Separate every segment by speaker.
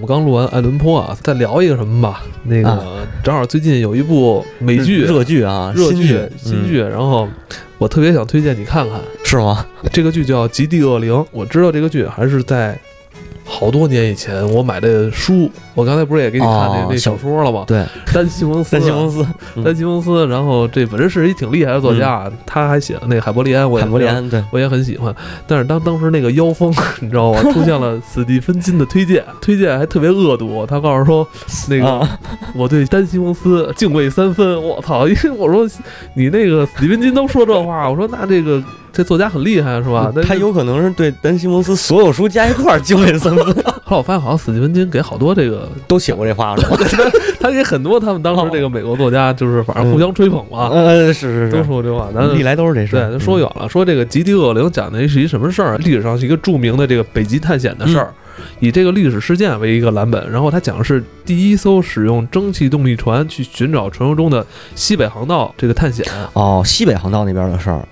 Speaker 1: 我们刚录完《爱伦坡》啊，再聊一个什么吧？那个、
Speaker 2: 啊
Speaker 1: 正好最近有一部美剧，
Speaker 2: 热剧嗯啊，
Speaker 1: 热
Speaker 2: 新
Speaker 1: 剧新剧，然后我特别想推荐你看看
Speaker 2: 是吗？
Speaker 1: 这个剧叫《极地恶灵》。我知道这个剧还是在好多年以前我买的书，我刚才不是也给你看那、
Speaker 2: 哦
Speaker 1: 那小说了吗？
Speaker 2: 对，
Speaker 1: 单亲公司，
Speaker 2: 三星公司，嗯
Speaker 1: 丹奇公司，然后这本身是一挺厉害的作家，他还写了那个海伯利安，我也
Speaker 2: 海伯利安对，
Speaker 1: 我也很喜欢。但是当当时那个妖风， 你知道 吗？出现了史蒂芬金的推荐，推荐还特别恶毒，他告诉说那个、
Speaker 2: 啊
Speaker 1: 我对丹奇公司敬畏三分。我操！因为我说你那个史蒂芬金都说这话，我说那这个这作家很厉害是吧？那
Speaker 2: 嗯他有可能是对丹西蒙斯所有书加一块儿敬畏三分，
Speaker 1: 后来我发现好像史蒂芬金给好多这个，
Speaker 2: 都写过这话是吧？
Speaker 1: 他给很多他们当时这个美国作家就是反正互相吹捧 嘛，
Speaker 2: 嗯，是是
Speaker 1: 都
Speaker 2: 是，
Speaker 1: 说这话。咱
Speaker 2: 历来都是这事
Speaker 1: 对
Speaker 2: 儿。，
Speaker 1: 他
Speaker 2: 嗯
Speaker 1: 说远了，说这个极地恶灵讲的是一什么事儿？历史上是一个著名的这个北极探险的事儿，
Speaker 2: 嗯
Speaker 1: 以这个历史事件为一个蓝本，然后他讲的是第一艘使用蒸汽动力船去寻找传说中的西北航道这个探险。
Speaker 2: 哦，西北航道那边的事儿，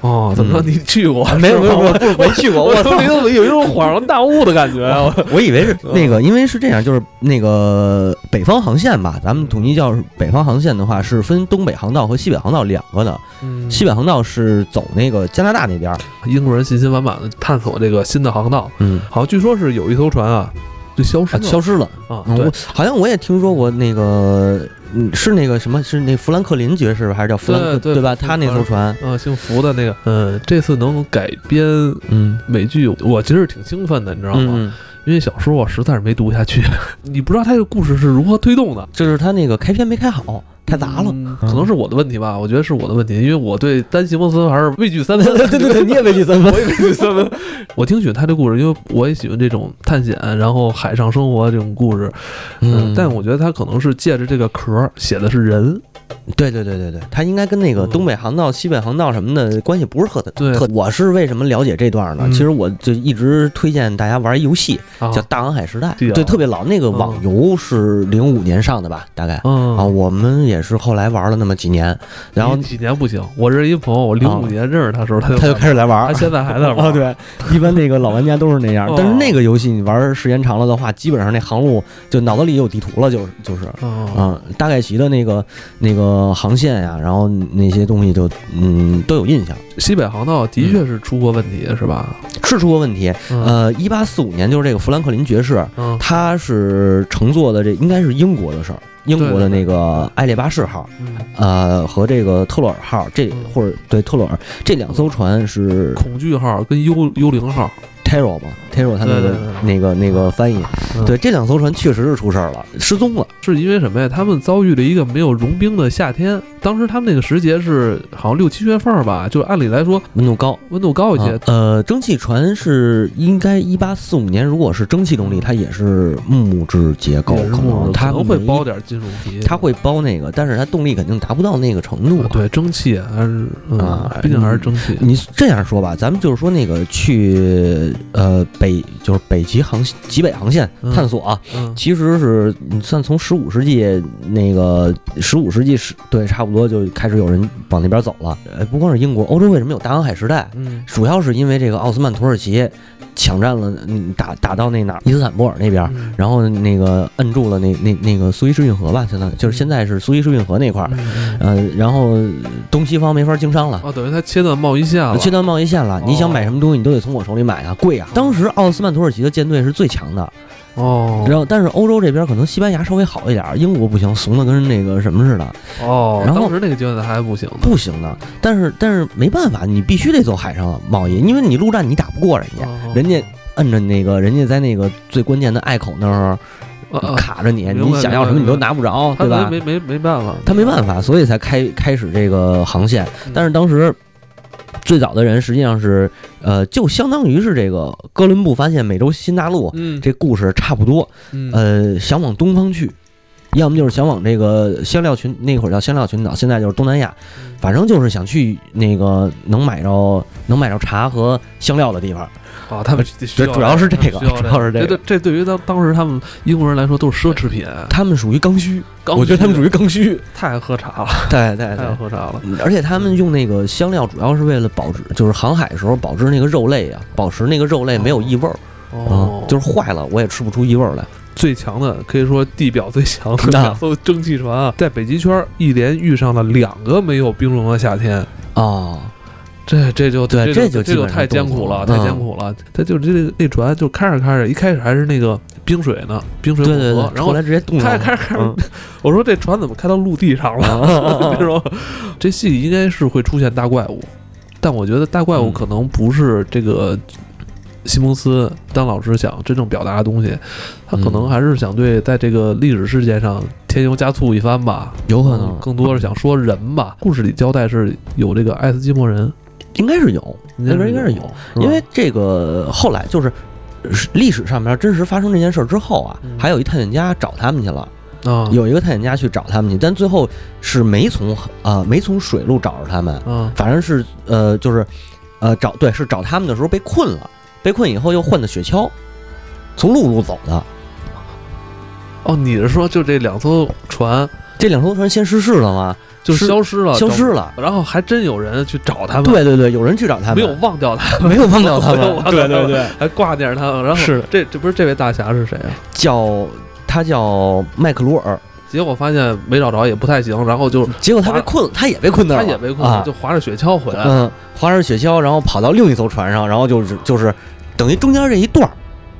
Speaker 1: 哦，怎么着？
Speaker 2: 嗯
Speaker 1: 你去过？
Speaker 2: 没有没
Speaker 1: 是吗
Speaker 2: 有没有，不 是没去过，
Speaker 1: 我
Speaker 2: 我
Speaker 1: 说
Speaker 2: 操
Speaker 1: 你！怎么有一种恍然大悟的感觉啊？
Speaker 2: 我以为是那个，因为是这样，就是那个北方航线吧，咱们统一叫北方航线的话，是分东北航道和西北航道两个的。
Speaker 1: 嗯
Speaker 2: 西北航道是走那个加拿大那边儿，
Speaker 1: 英国人信心满满的探索这个新的航道，
Speaker 2: 嗯，
Speaker 1: 好像据说是有一艘船啊就消失
Speaker 2: 啊
Speaker 1: 了
Speaker 2: 消失了。
Speaker 1: 啊，
Speaker 2: 嗯
Speaker 1: 对
Speaker 2: 我，好像我也听说过那个，嗯是那个什么，是那富兰克林爵士吧还是叫富兰克
Speaker 1: 对对
Speaker 2: 吧？
Speaker 1: 富
Speaker 2: 他那艘船，
Speaker 1: 啊，姓福的那个，嗯，这次能改编
Speaker 2: 嗯
Speaker 1: 美剧，我其实挺兴奋的，你知道吗？
Speaker 2: 嗯，
Speaker 1: 因为小说我实在是没读下去， 你不知道它这个故事是如何推动的，
Speaker 2: 就是他那个开篇没开好，太杂了。
Speaker 1: 嗯可能是我的问题吧，我觉得是我的问题，因为我对单行公司还是畏惧三 分。
Speaker 2: 对对对，你也畏惧三分
Speaker 1: 我也畏惧三分。我挺喜欢他这故事，因为我也喜欢这种探险，然后海上生活这种故事。
Speaker 2: 嗯，
Speaker 1: 但我觉得他可能是借着这个壳儿写的是人，
Speaker 2: 对对对对对，它应该跟那个
Speaker 1: 嗯
Speaker 2: 东北航道、西北航道什么的关系不是特
Speaker 1: 对
Speaker 2: 特。我是为什么了解这段呢？
Speaker 1: 嗯
Speaker 2: 其实我就一直推荐大家玩一游戏
Speaker 1: 啊
Speaker 2: 叫《大航海时代》，
Speaker 1: 对啊
Speaker 2: 对，特别老。那个
Speaker 1: 嗯
Speaker 2: 网游是零五年上的吧，大概
Speaker 1: 嗯嗯
Speaker 2: 啊，我们也是后来玩了那么几年，然后
Speaker 1: 一几年不行，我认识一朋友，我零五
Speaker 2: 啊
Speaker 1: 年认识他的时候，他就
Speaker 2: 他就开始来玩
Speaker 1: 他
Speaker 2: 儿。
Speaker 1: 现在还在玩。
Speaker 2: 啊，，对，一般那个老玩家都是那样
Speaker 1: 哦，
Speaker 2: 但是那个游戏你玩时间长了的话，基本上那航路就脑子里有地图了，就是就是。
Speaker 1: 啊，
Speaker 2: 嗯，大概其的那个那个航线呀、然后那些东西就嗯都有印象，
Speaker 1: 西北航道的确是出过问题，是吧？
Speaker 2: 是出过问题。
Speaker 1: 嗯
Speaker 2: 呃，一八四五年就是这个富兰克林爵士，
Speaker 1: 嗯
Speaker 2: 他是乘坐的这应该是英国的事儿，英国的那个艾列巴士号，
Speaker 1: 嗯，
Speaker 2: 呃和这个特洛尔号这
Speaker 1: 嗯
Speaker 2: 或者对特洛尔这两艘船是
Speaker 1: 恐惧号跟幽幽灵号，
Speaker 2: Taro 嘛，Taro 他那
Speaker 1: 对对
Speaker 2: 个
Speaker 1: 对
Speaker 2: 那个那个翻译
Speaker 1: 嗯，
Speaker 2: 对这两艘船确实是出事儿了，失踪了。
Speaker 1: 是因为什么呀？他们遭遇了一个没有融冰的夏天，当时他们那个时节是好像六七月份儿吧，就按理来说
Speaker 2: 温度高，
Speaker 1: 温度高一些
Speaker 2: 啊，呃，蒸汽船是应该一八四五年，如果是蒸汽动力，它也是木质结构，
Speaker 1: 也是
Speaker 2: 可
Speaker 1: 木
Speaker 2: 能
Speaker 1: 头
Speaker 2: 它
Speaker 1: 可能会
Speaker 2: 没
Speaker 1: 包，点金属皮，
Speaker 2: 它会包那个，但是它动力肯定达不到那个程度、
Speaker 1: 啊对蒸汽还是嗯
Speaker 2: 啊，
Speaker 1: 毕竟还是蒸汽。
Speaker 2: 你这样说吧，咱们就是说那个去呃北就是北极航极北航线
Speaker 1: 嗯
Speaker 2: 探索啊，
Speaker 1: 嗯
Speaker 2: 其实是你算从十五世纪那个十五世纪是对差不多就开始有人往那边走了。呃，不光是英国，欧洲为什么有大航海时代？
Speaker 1: 嗯
Speaker 2: 主要是因为这个奥斯曼土耳其抢占了，嗯，打打到那哪儿伊斯坦布尔那边儿，
Speaker 1: 嗯
Speaker 2: 然后那个摁住了那那那个苏伊士运河吧，相当于就是现在是苏伊士运河那块儿，
Speaker 1: 嗯嗯
Speaker 2: 呃，然后东西方没法经商了。
Speaker 1: 哦，等于它切断贸易线了，
Speaker 2: 切断贸易线了，你想
Speaker 1: 哦
Speaker 2: 买什么东西，你都得从我手里买啊，贵啊！当时奥斯曼土耳其的舰队是最强的，
Speaker 1: 哦
Speaker 2: 然后但是欧洲这边可能西班牙稍微好一点儿，英国不行，怂的跟那个什么似的，
Speaker 1: 哦，
Speaker 2: 然后
Speaker 1: 当时那个阶段还不行呢。
Speaker 2: 不行的。但是但是没办法，你必须得走海上贸易，因为你陆战你打不过人家，
Speaker 1: 哦
Speaker 2: 人家摁着那个人家在那个最关键的隘口那儿
Speaker 1: 啊啊
Speaker 2: 卡着你，
Speaker 1: 明白
Speaker 2: 你想要什么你
Speaker 1: 明白
Speaker 2: 都拿不着，
Speaker 1: 他
Speaker 2: 对吧？
Speaker 1: 没没没没办法，
Speaker 2: 他没办法，所以才开开始这个航线
Speaker 1: 嗯。
Speaker 2: 但是当时最早的人实际上是，呃，就相当于是这个哥伦布发现美洲新大陆
Speaker 1: 嗯，
Speaker 2: 这故事差不多。
Speaker 1: 嗯
Speaker 2: 呃，想往东方去，要么就是想往这个香料群那会儿叫香料群岛，现在就是东南亚，
Speaker 1: 嗯
Speaker 2: 反正就是想去那个能买着能买着茶和香料的地方。
Speaker 1: 啊，他们
Speaker 2: 对主要是这个 主要是这
Speaker 1: 嗯这
Speaker 2: 个
Speaker 1: 对这对于当当时他们英国人来说都是奢侈品，
Speaker 2: 他们属于刚需，
Speaker 1: 刚
Speaker 2: 我觉得他们属
Speaker 1: 于
Speaker 2: 于刚 需。
Speaker 1: 太爱喝茶了，
Speaker 2: 对对
Speaker 1: 太
Speaker 2: 对
Speaker 1: 爱。喝茶了。
Speaker 2: 嗯而且他们用那个香料主要是为了保持，就是航海的时候保持那个肉类啊，保持那个肉类没有异味儿啊、
Speaker 1: 哦，
Speaker 2: 就是坏了我也吃不出异味儿来。
Speaker 1: 最强的，可以说地表最强的
Speaker 2: 那
Speaker 1: 两艘蒸汽船啊，在北极圈一连遇上了两个没有冰融的夏天，
Speaker 2: 哦，
Speaker 1: 这这就
Speaker 2: 对
Speaker 1: 这
Speaker 2: 这就
Speaker 1: 这
Speaker 2: 基
Speaker 1: 就
Speaker 2: 本上嗯
Speaker 1: 太艰苦了，
Speaker 2: 冻死了
Speaker 1: 太艰苦了。它就是这个那船就开着开着，一开始还是那个冰水呢，冰水
Speaker 2: 对
Speaker 1: 混
Speaker 2: 对
Speaker 1: 合
Speaker 2: 对，，
Speaker 1: 然
Speaker 2: 后
Speaker 1: 后
Speaker 2: 来直接冻上
Speaker 1: 开
Speaker 2: 了，
Speaker 1: 着开着开着
Speaker 2: 嗯，啊
Speaker 1: 我说这船怎么开到陆地上了？ 那种，这戏应该是会出现大怪物，但我觉得大怪物
Speaker 2: 嗯
Speaker 1: 可能不是这个西蒙斯当老师想真正表达的东西，他可能
Speaker 2: 嗯
Speaker 1: 还是想对在这个历史事件上添油加醋一番吧，
Speaker 2: 有可能
Speaker 1: 更多是想说人吧。故事里交代是有这个爱斯基摩人，嗯
Speaker 2: 应该是有，那边应该是有，
Speaker 1: 吧
Speaker 2: 因为这个后来就是呃历史上面真实发生这件事儿之后啊
Speaker 1: 嗯，
Speaker 2: 还有一探险家找他们去了，
Speaker 1: 啊
Speaker 2: 有一个探险家去找他们去，但最后是没从啊、没从水路找着他们，
Speaker 1: 啊
Speaker 2: 反正是呃就是呃找对是找他们的时候被困了，被困以后又换的雪橇，从陆路走的。
Speaker 1: 哦，你是说就这两艘船
Speaker 2: 这两艘船先失事了吗？
Speaker 1: 就是消失了，
Speaker 2: 消失了。
Speaker 1: 整，然后还真有人去啊找他们，
Speaker 2: 对对对，有人去找他们，
Speaker 1: 没有忘掉他们，
Speaker 2: 没有忘掉他
Speaker 1: 没有忘
Speaker 2: 们。
Speaker 1: 掉
Speaker 2: 对
Speaker 1: 他们
Speaker 2: 对对，
Speaker 1: 还挂念着他们。然后
Speaker 2: 是的
Speaker 1: 这这不是这位大侠是谁啊？
Speaker 2: 叫他叫麦克鲁尔，
Speaker 1: 结果发现没找着也不太行，然后就
Speaker 2: 结果他被困，他也被困嗯那儿
Speaker 1: 他
Speaker 2: 了，
Speaker 1: 也被困
Speaker 2: 啊
Speaker 1: 了，就划着雪橇回来。
Speaker 2: 嗯，划着雪橇，然后跑到另一艘船上，然后就是就是等于中间这一段儿，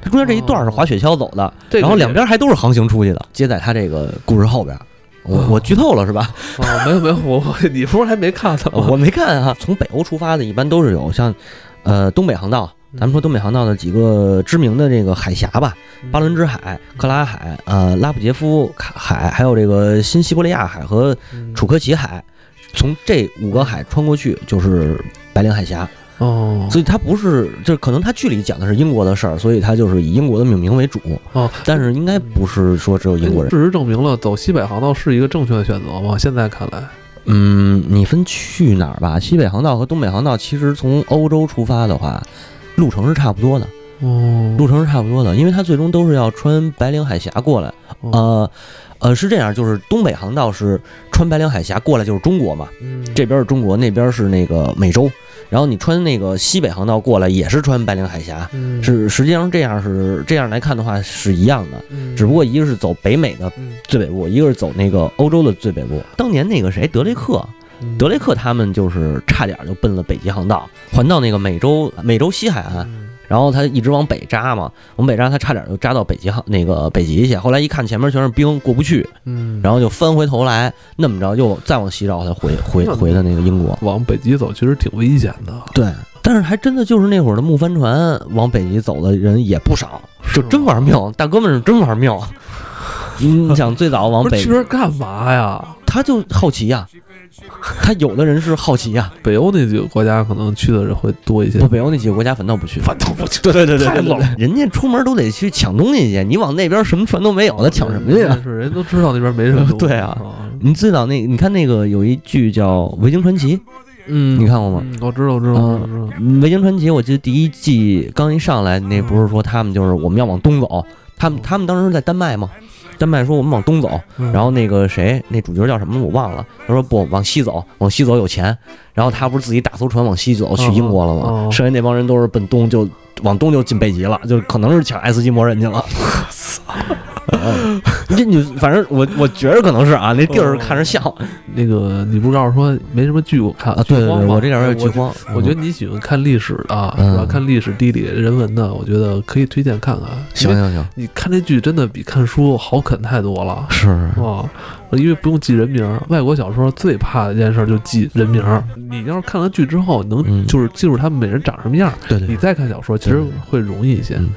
Speaker 2: 它中间这一段儿是划雪橇走的，
Speaker 1: 这个
Speaker 2: 然后两边还都是航行出去的。接在他这个故事后边，我
Speaker 1: 哦
Speaker 2: 我剧透了是 吧？
Speaker 1: 也 哦，没有没有，我我你不是还没看呢吗？
Speaker 2: 我没看啊。从北欧出发的，一般都是有像呃东北航道，咱们说东北航道的几个知名的这个海峡吧，
Speaker 1: 嗯
Speaker 2: 巴伦支海、克拉海、呃拉布杰夫海，还有这个新西伯利亚海和
Speaker 1: 嗯
Speaker 2: 楚科奇海，从这五个海穿过去就是白令海峡。
Speaker 1: 哦
Speaker 2: 所以它不是，就是可能它剧里讲的是英国的事儿，所以它就是以英国的命名为主。
Speaker 1: 哦，
Speaker 2: 但是应该不是说只有英国人。
Speaker 1: 哎事实证明了走西北航道是一个正确的选择吗？现在看来，
Speaker 2: 嗯，你分去哪儿吧？西北航道和东北航道其实从欧洲出发的话，路程是差不多的，
Speaker 1: 哦，
Speaker 2: 路程是差不多的，因为它最终都是要穿白令海峡过来。
Speaker 1: 哦
Speaker 2: 呃，呃，是这样，就是东北航道是穿白令海峡过来就是中国嘛，
Speaker 1: 嗯
Speaker 2: 这边是中国，那边是那个美洲。然后你穿那个西北航道过来也是穿白令海峡，
Speaker 1: 嗯
Speaker 2: 是实际上这样是这样来看的话是一样的，
Speaker 1: 嗯
Speaker 2: 只不过一个是走北美的
Speaker 1: 嗯
Speaker 2: 最北部，一个是走那个欧洲的最北部。当年那个谁德雷克，
Speaker 1: 嗯
Speaker 2: 德雷克他们就是差点就奔了北极航道，环到那个美洲美洲西海岸，
Speaker 1: 嗯
Speaker 2: 然后他一直往北扎嘛，往北扎他差点就扎到北极航那个北极去，后来一看前面全是冰过不去，
Speaker 1: 嗯，
Speaker 2: 然后就翻回头来，那么着又再往西绕，他回回回的那个英国。
Speaker 1: 往北极走其实挺危险的，
Speaker 2: 对，但是还真的就是那会儿的木帆船往北极走的人也不少，
Speaker 1: 是
Speaker 2: 就
Speaker 1: 吗
Speaker 2: 真玩命，大哥们是真 玩命。你想最早往
Speaker 1: 不是
Speaker 2: 北
Speaker 1: 去，这儿干嘛呀？
Speaker 2: 他就好奇呀、他有的人是好奇呀、
Speaker 1: 北欧那几个国家可能去的人会多一些
Speaker 2: 不，，北欧那几个国家反倒不去，
Speaker 1: 反正不去。
Speaker 2: 对对对
Speaker 1: 对对对对对，
Speaker 2: 人家出门都得去抢东西去，你往那边什么船都没有，他抢什么去
Speaker 1: 呀？
Speaker 2: 啊？
Speaker 1: 是哦人都知道那边没什么东西。
Speaker 2: 对啊，你最早那，你看那个有一剧叫《维京传奇》，
Speaker 1: 嗯，
Speaker 2: 你看过吗？
Speaker 1: 嗯我知道，我知道，
Speaker 2: 嗯
Speaker 1: 我知道。
Speaker 2: 《维京传奇》，我记得第一季刚一上来，那不是说他们就是我们要往东走，他们他们当时是在丹麦嘛，丹麦说我们往东走，
Speaker 1: 嗯
Speaker 2: 然后那个谁，那主角叫什么我忘了，他说不往西走，往西走有钱，然后他不是自己打艘船往西走去英国了
Speaker 1: 哦
Speaker 2: 吗？
Speaker 1: 哦
Speaker 2: 剩下那帮人都是奔东就往东就进北极了，就可能是抢爱斯基摩人去了。 嗯这你反正我我觉着可能是啊，那地儿看着像
Speaker 1: 哦那个，你不是告诉说没什么剧我看
Speaker 2: 啊，对对
Speaker 1: 剧荒
Speaker 2: 对，
Speaker 1: 吗
Speaker 2: 我这点儿嗯有点剧
Speaker 1: 我
Speaker 2: 荒，
Speaker 1: 我觉得你喜欢看历史的，
Speaker 2: 嗯
Speaker 1: 是吧？看历史、地理、人文的，我觉得可以推荐看看。
Speaker 2: 行
Speaker 1: 因为
Speaker 2: 行行，
Speaker 1: 你看这剧真的比看书好啃太多了。
Speaker 2: 是
Speaker 1: 哦，因为不用记人名儿，外国小说最怕的一件事儿就记人名儿。你要是看了剧之后，能
Speaker 2: 嗯
Speaker 1: 就是记住他们每人长什么样儿，
Speaker 2: 对对
Speaker 1: 你再看小说其实
Speaker 2: 对
Speaker 1: 会容易一些。
Speaker 2: 嗯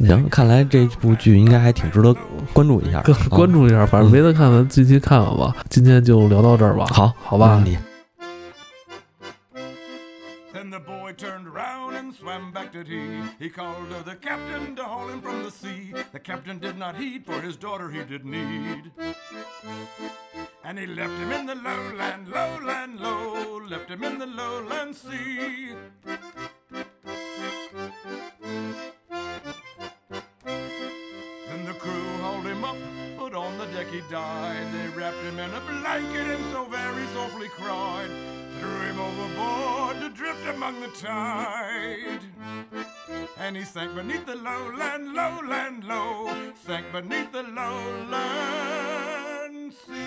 Speaker 2: 行，看来这部剧应该还挺值得关注一下，啊嗯
Speaker 1: 关关、注一下，反正没得看，咱近期看看吧。今天就聊到这儿吧
Speaker 2: 啊、。好，
Speaker 1: 好吧
Speaker 2: 没问题
Speaker 3: Then the boy turned around and swam back to tea. He called to the captain to haul him from the sea. The captain did not heed, for his daughter he did need. And he left him in the lowland, lowland, low, left him in the lowland sea. Then the crew hauled him up, but on the deck he died. They wrapped him in a blanket and so very softly cried. Threw him overboard to drift among the tide. And he sank beneath the lowland, lowland, low. Sank beneath the lowland sea.